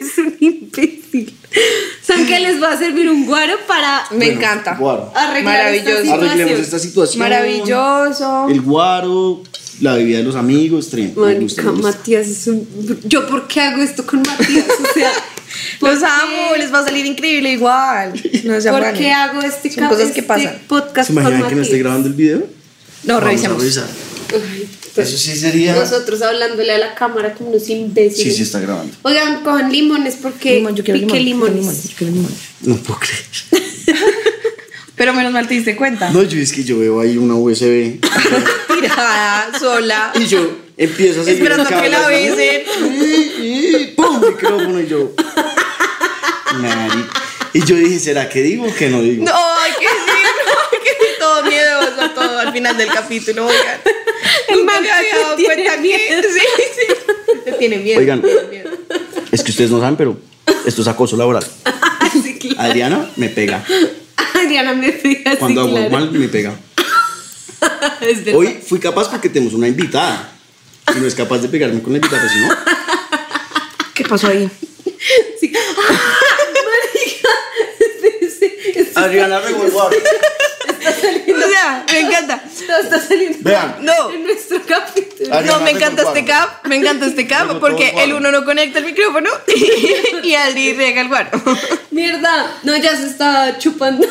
D: es un imbécil. ¿Saben qué les va a servir un guaro para
C: Bueno,
F: encanta.
C: guaro.
D: arreglar
F: Maravilloso.
D: esta
C: Arreglemos
D: situación?
C: esta situación.
F: Maravilloso.
C: El guaro, la bebida de los amigos, tren. Me gusta,
D: Marica,
C: me gusta.
D: Matías es un... ¿Yo por qué hago esto con Matías? O sea, ¿por
F: Los
D: qué-
F: amo, les va a salir increíble igual. No se
D: ¿Por
F: afanen.
D: qué hago este,
F: Son
D: ca-
F: cosas que
D: este
F: pasan.
D: podcast
C: ¿Se
D: con
C: imaginan que no esté
D: Matías?
C: grabando el video?
F: No,
C: Vamos a
F: revisemos.
C: revisar. Eso sí sería.
D: Pues, Nosotros hablándole a la cámara como unos
C: Sí,
D: imbéciles.
C: sí está grabando.
D: Oigan, cojan limones porque
F: Limón, yo quiero
D: piqué
F: limón,
D: limones.
F: yo quiero limón.
C: No puedo creer.
F: Pero menos mal te diste cuenta.
C: No, yo es que yo veo ahí una USB
F: Tirada, sola.
C: y yo empiezo a seguir el
F: Esperando que la
C: cable, ¿no?
F: besen.
C: Y, y, ¡Pum! Micrófono y yo. Marica. Y yo dije, ¿será que digo o que no digo?
F: No, hay que decir, no, hay que decir todo miedoso, todo al final del capítulo, oigan.
D: El
F: Nunca
D: man
F: me había dado
G: Te tiene miedo.
C: Oigan, es que ustedes no saben, pero esto es acoso laboral.
E: Así que
C: Adriana me pega.
E: Adriana me pega así,
C: Cuando hago
E: claro.
C: mal, me pega.
E: Es verdad.
C: Hoy fui capaz porque tenemos una invitada. Y no es capaz de pegarme con la invitada, si no.
G: ¿Qué pasó ahí?
E: Sí. Marica, espérese, esto
C: Adriana Rebolvar.
F: O sea, me encanta.
E: está saliendo
C: Ah. Vean.
F: No.
E: en nuestro capítulo.
C: Adriana
F: No, me
C: Rebolvar.
F: encanta este cap, me encanta este
C: Luego
F: cap porque
C: todo
F: el uno no conecta el micrófono y Adri riega el guaro.
E: Mierda, no, ya se está chupando.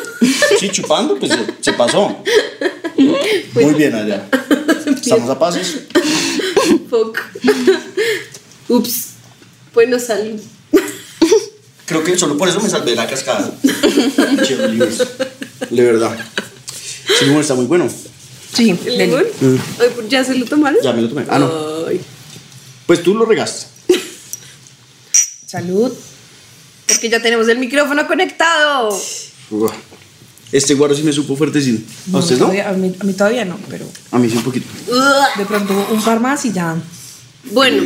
C: Sí, chupando, pues se- se pasó. Muy bien, Adriana. Estamos a pasos.
E: Fuck. Ups. Bueno, salud.
C: Creo que solo por eso me salvé de la cascada. Cheerleaders. De verdad. Sí, bueno, está muy bueno.
F: Sí,
E: ¿El limón? Ay, pues, ¿Ya se lo tomaron?
C: Ya me lo tomé. Ah, no.
E: Ay.
C: Pues tú lo regaste.
F: Salud. Porque ya tenemos el micrófono conectado.
C: Uf. Este guaro sí me supo fuertecito. ¿A usted no?
F: Todavía- a, mí, a mí todavía no, pero
C: A mí sí un poquito.
F: de pronto un par más y ya.
E: Bueno,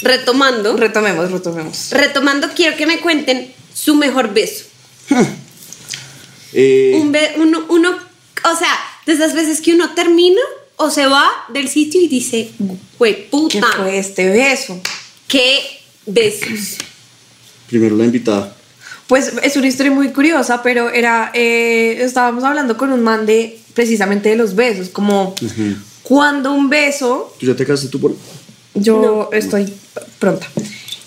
E: retomando.
F: Retomemos, retomemos.
E: Retomando, quiero que me cuenten su mejor beso.
C: Eh,
E: Un be- uno, uno, o sea, de esas veces que uno termina o se va del sitio y dice, güey,
F: ¿Qué
E: puta,
F: fue este beso?
E: qué besos.
C: primero la invitada.
F: Pues es una historia muy curiosa, pero era, eh, estábamos hablando con un man de precisamente de los besos, como
C: Ujú.
F: cuando un beso
C: ¿Tú ya te casaste tú por.?
F: Yo estoy pronta.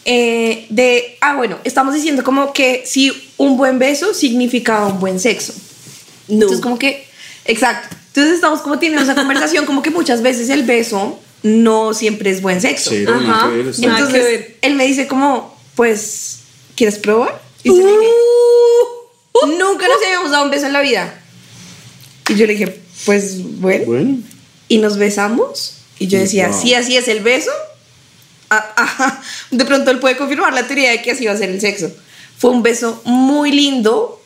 F: Eh, de, ah, bueno, estamos diciendo como que si un buen beso significaba un buen sexo.
E: No.
F: Entonces, como que, exacto. Entonces, estamos como teniendo esa conversación, como que muchas veces el beso no siempre es buen sexo.
C: Cero, nada
E: Ajá.
C: que ver, está-
E: Nada que
F: Entonces,
E: ver.
F: él me dice como, pues, ¿quieres probar? Y yo le dije,
E: Uh,
F: nunca nos habíamos dado un beso en la vida. Y yo le dije, pues, bueno
C: Bueno.
F: y nos besamos. Y yo decía,
C: Wow.
F: sí, así es el beso. Ah, ajá. De pronto él puede confirmar la teoría de que así va a ser el sexo. Fue un beso muy lindo,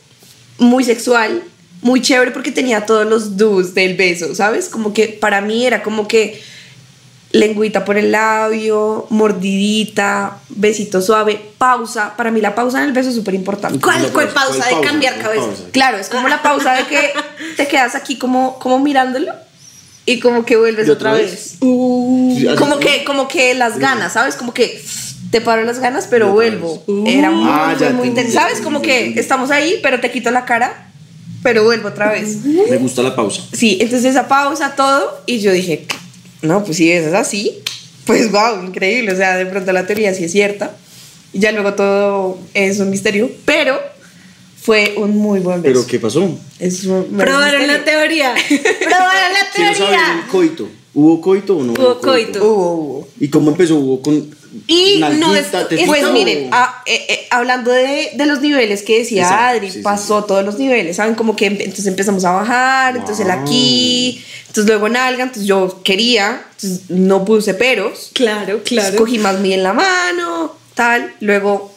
F: muy sexual, muy chévere porque tenía todos los do's del beso, ¿sabes? Como que para mí era como que lengüita por el labio, mordidita, besito suave, pausa. Para mí la pausa en el beso es súper importante.
E: ¿Cuál- cuál pausa de cambiar
C: ¿Cuál
E: cabeza?
C: pausa?
F: Claro, es como la pausa de que te quedas aquí como, como mirándolo y como que vuelves
C: ¿Y
F: otra
C: otra
F: vez.
C: vez?
F: Uh,
C: Sí, así
F: como
C: fue.
F: que, como que las ganas, ¿sabes? Como que te paro las ganas, pero
C: otra
F: vuelvo. Era muy,
C: Ah,
F: fue
C: ya entendí,
F: muy intenso.
C: ya
F: ¿Sabes?
C: entendí,
F: Como
C: ya
F: que
C: entendí.
F: estamos ahí, pero te quito la cara, pero vuelvo otra vez.
C: Me gusta la pausa.
F: Sí, entonces esa pausa, todo, y yo dije, no, pues si es así, pues wow, increíble, o sea, de pronto la teoría sí es cierta, y ya luego todo es un misterio, pero fue un muy buen beso.
C: ¿Pero qué pasó?
F: Es un-
E: Probaron
F: un
E: la teoría. Probaron la
C: Quiero saber el
E: teoría.
C: coito. ¿Hubo coito o no
E: Hubo coito.
F: Hubo, hubo.
C: ¿Y cómo empezó? ¿Hubo con.?
E: Y no, es-
C: nalguita,
E: es-
C: tetita
F: Pues
C: o-
F: miren, a- eh, eh, hablando de, de los niveles que decía
C: Exacto,
F: Adri,
C: sí, sí,
F: pasó todos los niveles, ¿saben? Como que empe- entonces empezamos a bajar, entonces el aquí, entonces luego nalga, entonces yo quería, entonces no puse peros,
E: Claro, claro.
F: cogí más bien la mano, tal, luego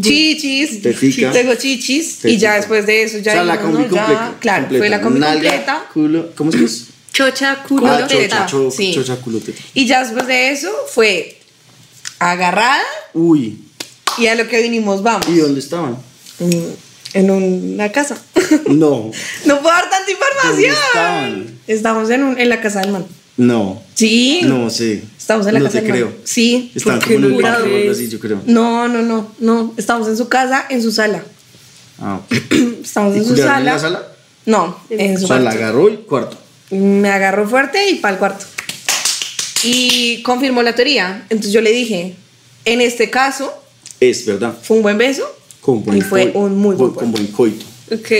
F: chichis,
C: Tetica.
F: luego chichis, y
C: Tetica.
F: ya después de eso ya...
C: o sea, la
F: dijimos,
C: combi
F: no, ya,
C: completa.
F: claro, fue la combi
C: Nalga,
F: completa.
C: Culo, ¿Cómo es que es?
E: Chocha, culo,
C: Ah,
E: teta.
C: chocha, cho-
F: sí.
C: chocha, culo, teta.
F: Y ya después de eso fue agarrada
C: Uy,
F: y a lo que vinimos, vamos.
C: ¿y dónde estaban?
F: Mm, En una casa.
C: No,
F: No puedo dar tanta
C: ¿Dónde
F: información.
C: estaban?
F: Estamos en, un- en la casa del man.
C: no,
F: Sí.
C: no sé.
F: Estamos en la
C: no
F: casa
C: te
F: del
C: creo.
F: man. Sí.
C: Están
F: porque
C: como en un
F: no,
C: parque o algo así, yo creo.
F: no, no, no, no. Estamos en su casa, en su sala.
C: Ah, ok.
F: Estamos
C: ¿Y
F: en su
C: culiaron
F: sala.
C: en la sala?
F: No, en su
C: O sea, la
F: cuarto.
C: agarró y cuarto.
F: Me agarró fuerte y para el cuarto. Y confirmó la teoría. Entonces yo le dije, en este caso,
C: Es verdad.
F: fue un buen beso.
C: Con buen
F: y fue
C: coi-
F: un muy buen
C: con
F: coito.
C: buen coito.
E: Ok.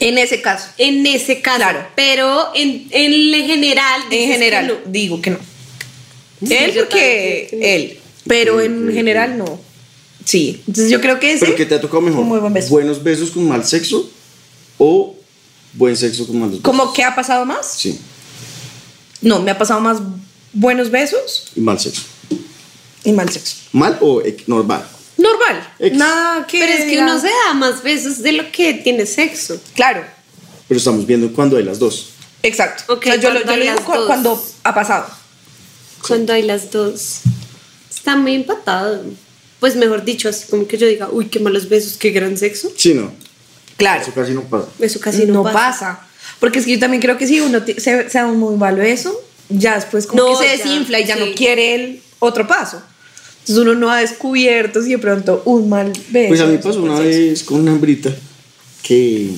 F: En ese caso.
E: En ese caso.
F: Claro.
E: Pero en, en general. dices
F: En
E: que
F: general,
E: no.
F: digo que no.
E: Sí,
F: él
E: yo
F: porque
E: también.
F: él, pero
C: Ok,
F: en
C: ok,
F: general no. Sí, entonces yo creo que ese
C: ¿Pero qué te ha tocado mejor?
F: un muy buen beso.
C: ¿Buenos besos con mal sexo o buen sexo con malos besos?
F: ¿Cómo que ha pasado más?
C: Sí,
F: No, me ha pasado más buenos besos
C: y mal sexo.
F: y mal sexo.
C: ¿Mal o ex- normal?
F: Normal.
C: Ex.
F: Nada que
E: Pero es que
F: diga-
E: uno se da más besos de lo que tiene sexo.
F: Claro,
C: Pero estamos viendo cuando hay las dos.
F: exacto.
E: Ok,
F: O sea, yo lo,
E: cuando
F: yo lo
E: hay
F: digo
E: las
F: cu-
E: dos.
F: cuando ha pasado.
E: cuando hay las dos. Está muy empatado. Pues mejor dicho, así como que yo diga, uy, qué malos besos, qué gran sexo.
C: Sí, no.
F: Claro.
C: Eso casi no pasa.
E: Pues Eso casi no,
F: pasa. Porque es que yo también creo que si uno ti- se, se da un muy malo eso, ya después como
E: No,
F: que se
E: ya,
F: desinfla y ya
E: sí.
F: no quiere el otro paso. Entonces uno no ha descubierto si de pronto un mal beso.
C: Pues a mí pasó una vez con una hembrita que,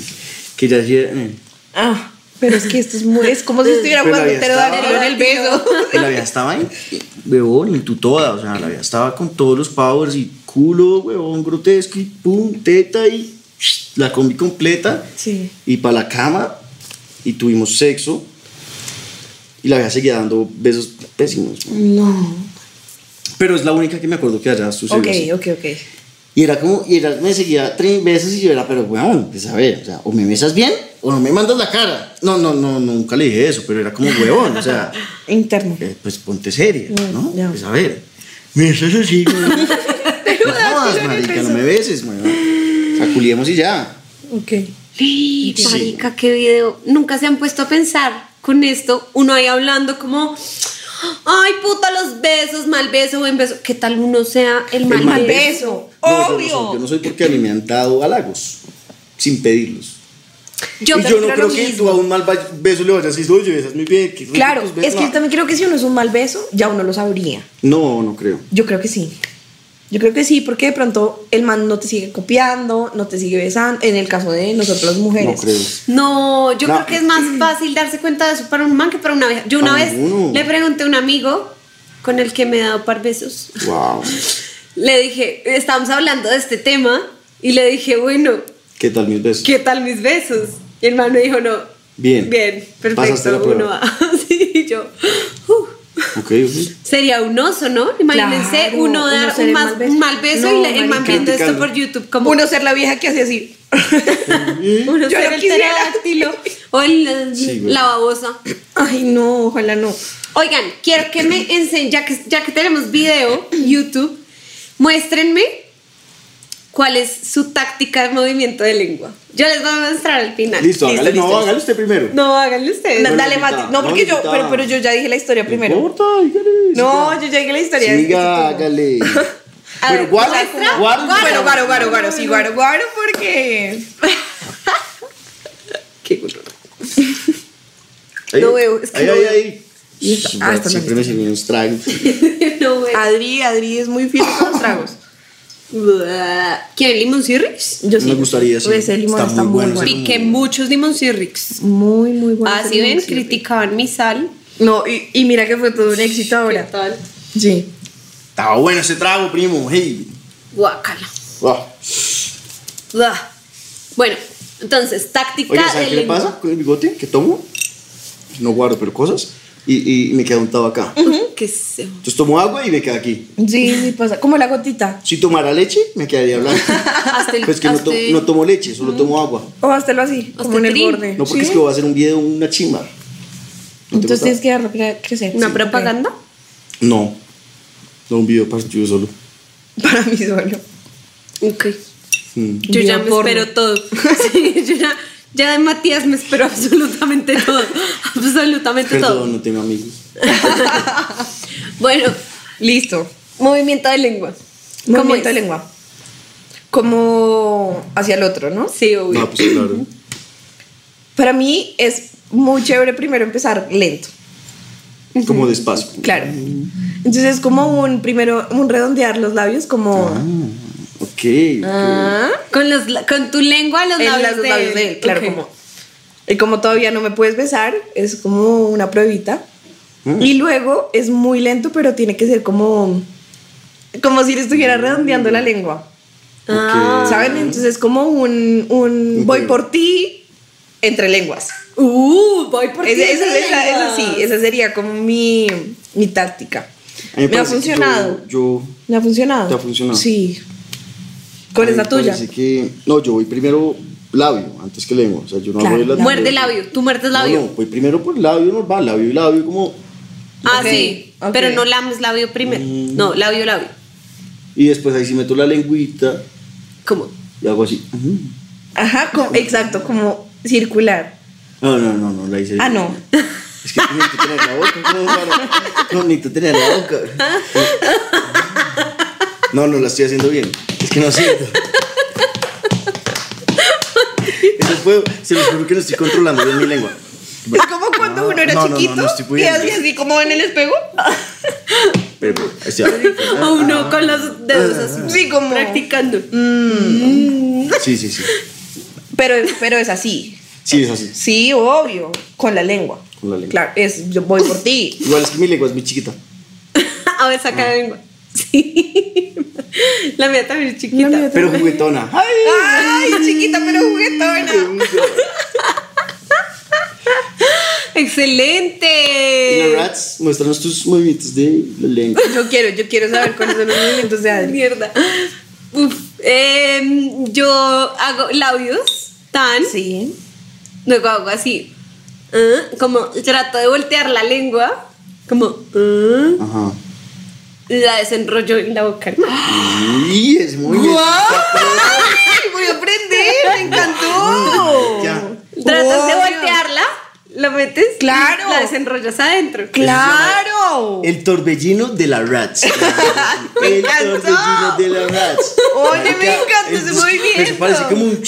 C: que ya hacía. eh,
F: Ah, pero es que esto es muy. Es como si estuviera
C: Pero la
F: jugando
C: vida
F: pero
C: estaba-
F: en el beso.
C: que la vida estaba en, huevón, en tu toda, o sea, la vida estaba con todos los powers y culo, huevón, grotesco y pum, teta y la combi completa
F: Sí.
C: y para la cama y tuvimos sexo y la vida seguía dando besos pésimos.
F: No.
C: Pero es la única que me acuerdo que haya sucedido.
F: Ok,
C: así.
F: ok, ok.
C: Y era como, y era, me seguía tres veces y yo era, pero weón, pues a ver, o sea, o me besas bien o no me mandas la cara. No, no, no, nunca le dije eso, pero era como huevón, o sea.
F: Interno.
C: eh, pues ponte seria,
F: Mm,
C: ¿no?
F: ya.
C: Pues a ver, me besas así, güey. No jodas, marica, no me beses, güey. Saculiemos y ya.
F: Ok.
E: ¡Ey,
C: Sí.
E: Marica, qué video. Nunca se han puesto a pensar con esto. Uno ahí hablando como, ay, puta, los besos, mal beso, buen beso. ¿Qué tal uno sea el mal,
C: mal
E: beso?
F: Beso.
C: No, Yo no,
F: Obvio.
C: soy, yo no soy porque alimentado halagos, sin pedirlos.
E: Yo
C: y yo
E: prefiero
C: no
E: lo
C: creo que
E: mismo.
C: tú a un mal va- beso le vayas a decir, oye, besas muy bien. que rico
F: Claro,
C: tus besos".
F: es que yo también creo que si uno es un mal beso, ya uno lo sabría.
C: No, no creo.
F: Yo creo que sí. Yo creo que sí, porque de pronto el man no te sigue copiando, no te sigue besando. En el caso de nosotros las mujeres.
C: No creo.
E: No, yo
C: No.
E: creo que es más fácil darse cuenta de eso para un man que para una vieja. Yo una
C: Para
E: vez
C: uno.
E: le pregunté a un amigo con el que me he dado par besos.
C: Wow.
E: Le dije, estábamos hablando de este tema y le dije, bueno,
C: ¿Qué tal mis besos?
E: ¿qué tal mis besos? Y el man me dijo, no.
C: Bien.
E: Bien,
C: Pasaste
E: perfecto.
C: la prueba.
E: Uno va. Sí, y yo. "Uf".
C: Ok, ok.
E: Sería un oso, ¿no? Imagínense
F: Claro,
E: uno
F: uno
E: dar
F: ser
E: un,
F: el
E: mas-
F: mal beso.
E: un mal beso
F: No,
E: y le- el man
F: marica.
E: viendo esto
C: Criticando.
E: por YouTube como
F: Uno ser la vieja que hace así.
E: uno
F: yo
E: ser
F: no
E: el
F: quisiera.
E: pterodáctilo o el, eh,
C: Sí, güey.
E: la babosa.
F: Ay, no, ojalá no.
E: Oigan, quiero que me enseñen, ya que, ya que tenemos video, YouTube, muéstrenme cuál es su táctica de movimiento de lengua. Yo les voy a mostrar al final.
C: Listo, hágale.
F: listo,
C: No,
F: listo.
C: hágale usted primero.
E: No, háganlo ustedes.
F: No,
C: No
F: Dale,
C: necesitaba,
F: Mati. No,
C: no
F: porque yo,
C: necesitaba.
F: pero, pero yo ya dije la historia
C: No
F: primero.
C: importa, hágale,
F: No,
C: siga.
F: yo ya dije la historia. es que tú-
C: Siga, hágale.
E: A
C: Pero
E: ver,
C: guarda,
E: muestra.
C: guarda.
F: Bueno, guaro, guaro, guaro, sí, guaro, guaro, porque.
E: Qué
C: Ahí,
F: No veo, es que
C: ahí,
F: no
C: ahí,
F: veo.
C: ahí.
F: Ah, está
C: Siempre
F: bien,
C: me sirvió unos tragos.
E: no, güey.
F: Adri, Adri es muy fiel con los tragos.
E: Buah. ¿Quieren limoncirrix?
F: Yo
C: Me gustaría, sí.
F: Pues ese limón está, muy bueno.
C: ese
E: Piqué muchos limoncirrix.
F: Muy, muy bueno.
E: Ah,
F: ese
E: ¿sí ven?
F: limón, sí.
E: Criticaban mi sal.
F: No, y, y mira que fue todo un éxito ahora.
E: tal?
F: Sí.
C: Estaba bueno ese trago, primo. Hey.
E: Guácala.
C: Wow.
E: Buah. Bueno, entonces, táctica
C: Oye,
E: de
C: ¿sabes qué me
E: lengua.
C: pasa con el bigote que tomo? No guardo, pero cosas. Y, y me queda untado acá.
E: Que se...
C: Entonces tomo agua y me queda aquí.
F: Sí, sí pasa. Como la gotita.
C: Si tomara leche, me quedaría blanco.
E: Hasta el-
C: pues que no, to-
E: hasta el-
C: no tomo leche, solo tomo agua.
F: O hazlo así,
E: Hazte
F: como en el
E: trin.
F: borde.
C: No porque
F: Mm. Sí.
C: es que voy a hacer un video, una chimba. ¿No te
F: Entonces
C: gusta?
F: tienes que dejarlo cre- crecer.
E: ¿Una
F: Sí,
E: propaganda?
C: No. No, un video para yo solo.
F: ok. Para mí solo.
E: Ok.
C: Mm.
E: Yo ya
F: Video
E: me
F: porno.
E: espero todo. Sí, yo ya, ya de Matías me espero absolutamente todo. Absolutamente
C: Perdón,
E: todo.
C: no tengo amigos.
E: Bueno,
F: Listo.
E: movimiento de lengua. ¿Cómo
F: Movimiento de
E: es?
F: lengua. Como hacia el otro, ¿no?
E: Sí, obvio.
C: No, pues claro.
F: Para mí es muy chévere primero empezar lento.
C: Como despacio.
F: Claro. Entonces es como un primero, un redondear los labios, como.
C: Ok. okay.
F: Ah.
E: Con, los la- con tu lengua los
F: en
E: labios,
F: los labios de él, claro,
E: Ok.
F: como. Y como todavía no me puedes besar, es como una pruebita. Y luego es muy lento, pero tiene que ser como. Como si le estuviera redondeando la lengua.
E: Ah.
F: ¿Saben? Entonces es como un, un
C: Ok.
F: voy por ti entre lenguas.
E: Uh, voy por ti.
F: Esa, esa-
E: de
F: esa-
E: lengua.
F: esa sí, esa sería como mi, mi táctica.
C: A mí
F: Me, ha
C: parece que
F: funcionado.
C: Yo, yo-
F: ¿Me ha funcionado?
C: ¿Te ha funcionado?
F: Sí. ¿Cuál
C: a
F: es
C: mí
F: la tuya?
C: parece que, no, yo voy primero labio, antes que lengua. O sea, yo no
F: Claro,
C: voy la-
E: Muerde labio, tú muerdes
C: No,
E: labio.
C: no, voy primero por labio normal, labio y labio como...
E: Ah,
F: Ok,
E: sí.
F: ok.
E: Pero no lames labio primero. No, labio, labio.
C: Y después ahí sí meto la lengüita
E: ¿Cómo?
C: y hago así. Ujú.
F: Ajá, como- exacto, como circular.
C: Ah, No, no, no, no, la hice.
F: Ah, no.
C: Es que necesito tener la boca. ¿cómo para? No necesito tener la boca. No, no la estoy haciendo bien. Es que no siento. Eso fue, se los juro que no estoy controlando bien mi lengua.
H: Es como cuando
C: No,
H: uno era
C: Ah, no, no, no,
H: chiquito
C: no estoy
H: y
C: pudiendo.
H: hacía así como en el espejo.
C: Pero, o sea,
E: O uno Oh, con los dedos
C: ah,
E: así.
H: Sí, como.
E: Practicando.
C: sí, sí, sí.
H: Pero, pero es así.
C: Sí, es así.
H: Sí, obvio. Con la lengua.
C: Con la lengua.
H: Claro, es, yo voy por ti.
C: Igual es que mi lengua es muy chiquita.
E: A ver, saca la lengua. Sí. La mía también es chiquita.
C: Pero juguetona. Ay,
H: Ay, chiquita, pero juguetona.
E: Excelente.
C: Tina Rats, muéstranos tus movimientos de la lengua.
H: Yo quiero, yo quiero saber cuáles son los movimientos de Adri.
E: Mierda. Uf, em, yo hago labios tan.
H: Sí.
E: Luego hago así. ah, Como trato de voltear la lengua. Como. ah,
C: Ajá.
E: y la desenrollo en la boca.
C: Y es muy.
H: ¡Ay! Voy a aprender, me encantó.
C: Ya.
E: Tratas de
H: Obvio.
E: voltearla. Lo metes. y
H: Claro.
E: La desenrollas adentro.
H: Claro.
C: El torbellino de la Rats.
H: Me
C: el
H: encantó.
C: torbellino de la Rats.
H: Oye, me
C: Marica,
H: encanta ese
C: es-
H: movimiento.
C: Eso parece como un.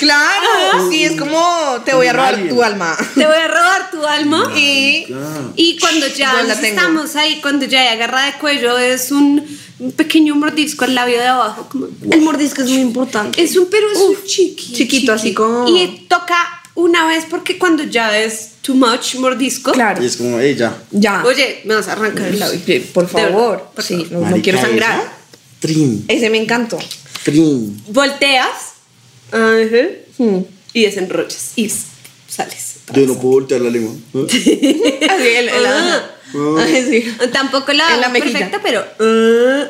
H: Claro, sí, es como te voy a robar
C: Alien.
H: tu alma.
E: Te voy a robar tu alma.
H: Y
C: Ah,
E: Y cuando ya
H: Yo la tengo.
E: estamos ahí, cuando ya hay agarrada de cuello, es un un pequeño mordisco al labio de abajo. como-
H: el mordisco es muy importante.
E: Es un pero es un chiqui,
H: chiquito, así como-
E: Y toca una vez porque cuando ya es too much mordisco.
H: Claro.
C: Y es como, ella.
H: Ya.
E: Oye, me vas a arrancar el labio.
H: Sí, por
E: De verdad,
H: favor.
E: por
H: Sí,
E: favor.
H: no, no quiero sangrar.
C: Trin,
H: Ese me encantó.
C: trin.
E: Volteas Hmm. ajá, y desenrollas y s- sales.
C: Yo no puedo voltear la lengua. ¿eh?
H: Así, el, el-
E: Ah.
H: Ay, sí.
E: Tampoco la
H: En
E: hago
H: la mejilla.
E: perfecta, pero. ah,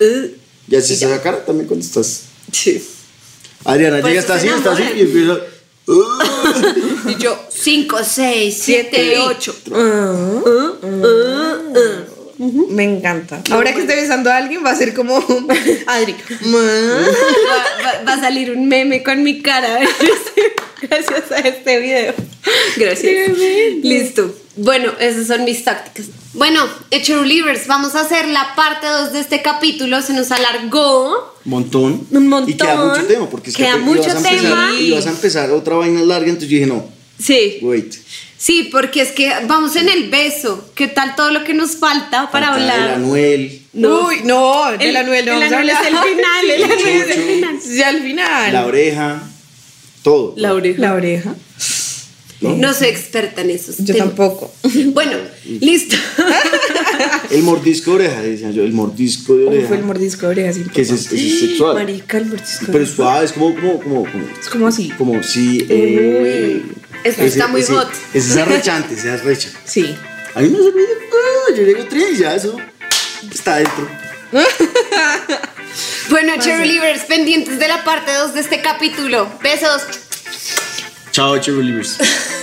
E: ah,
C: Y así se la cara también cuando estás.
E: sí.
C: Adriana,
E: Por
H: Pues
C: llega, está
E: eso
C: así,
E: se
C: está así
E: enamoran.
C: y empieza. "Ah".
E: Y yo, 5, 6, 7, 8.
H: Ah. Me encanta. Ahora que esté besando a alguien va a ser como Adri. ma.
E: Va, va- va a salir un meme con mi cara. Gracias a este video. Gracias. Listo. Bueno, esas son mis tácticas.
I: Bueno, Echo Livers, vamos a hacer la parte 2 de este capítulo. Se nos alargó.
C: Montón.
E: Un montón.
C: Y queda mucho tema, porque es que
E: Queda
C: te-
E: mucho
C: ibas a empezar-
E: tema.
C: Ibas a empezar otra vaina larga, entonces yo dije, no,
E: Sí,
C: wait.
I: Sí, porque es que vamos en el beso. ¿Qué tal todo lo que nos falta para
C: Falta El
I: hablar?
C: Anuel,
E: No.
H: Uy, no, el,
E: El-
H: Anuel no
E: el
H: vamos a
E: Anuel es
H: hablar.
E: el final, el Anuel es el
C: Chocho.
E: final.
H: Ya al final.
C: la oreja, todo.
E: la oreja.
H: La oreja.
C: ¿no?
E: No soy experta en esos
H: Yo
E: temas.
H: tampoco.
E: Bueno, listo.
C: El mordisco de oreja, decía yo, el mordisco de
H: Uf,
C: oreja.
H: el mordisco de oreja es
C: que ese
H: importante.
C: es, ese es sexual.
H: Marica, el mordisco. de
C: Pero es
H: oreja.
C: suave, es como, como, como, como,
H: Es como así.
C: como si. Eh,
E: Esto está muy
C: ese-
E: hot.
C: Ese es arrechante, se arrecha.
H: Sí.
C: A mí me hace ruido, ah, yo llego tres y ya eso está dentro.
I: Bueno, Echo Livers, pendientes de la parte 2 de este capítulo. Besos.
C: Chao, Cheerleaders.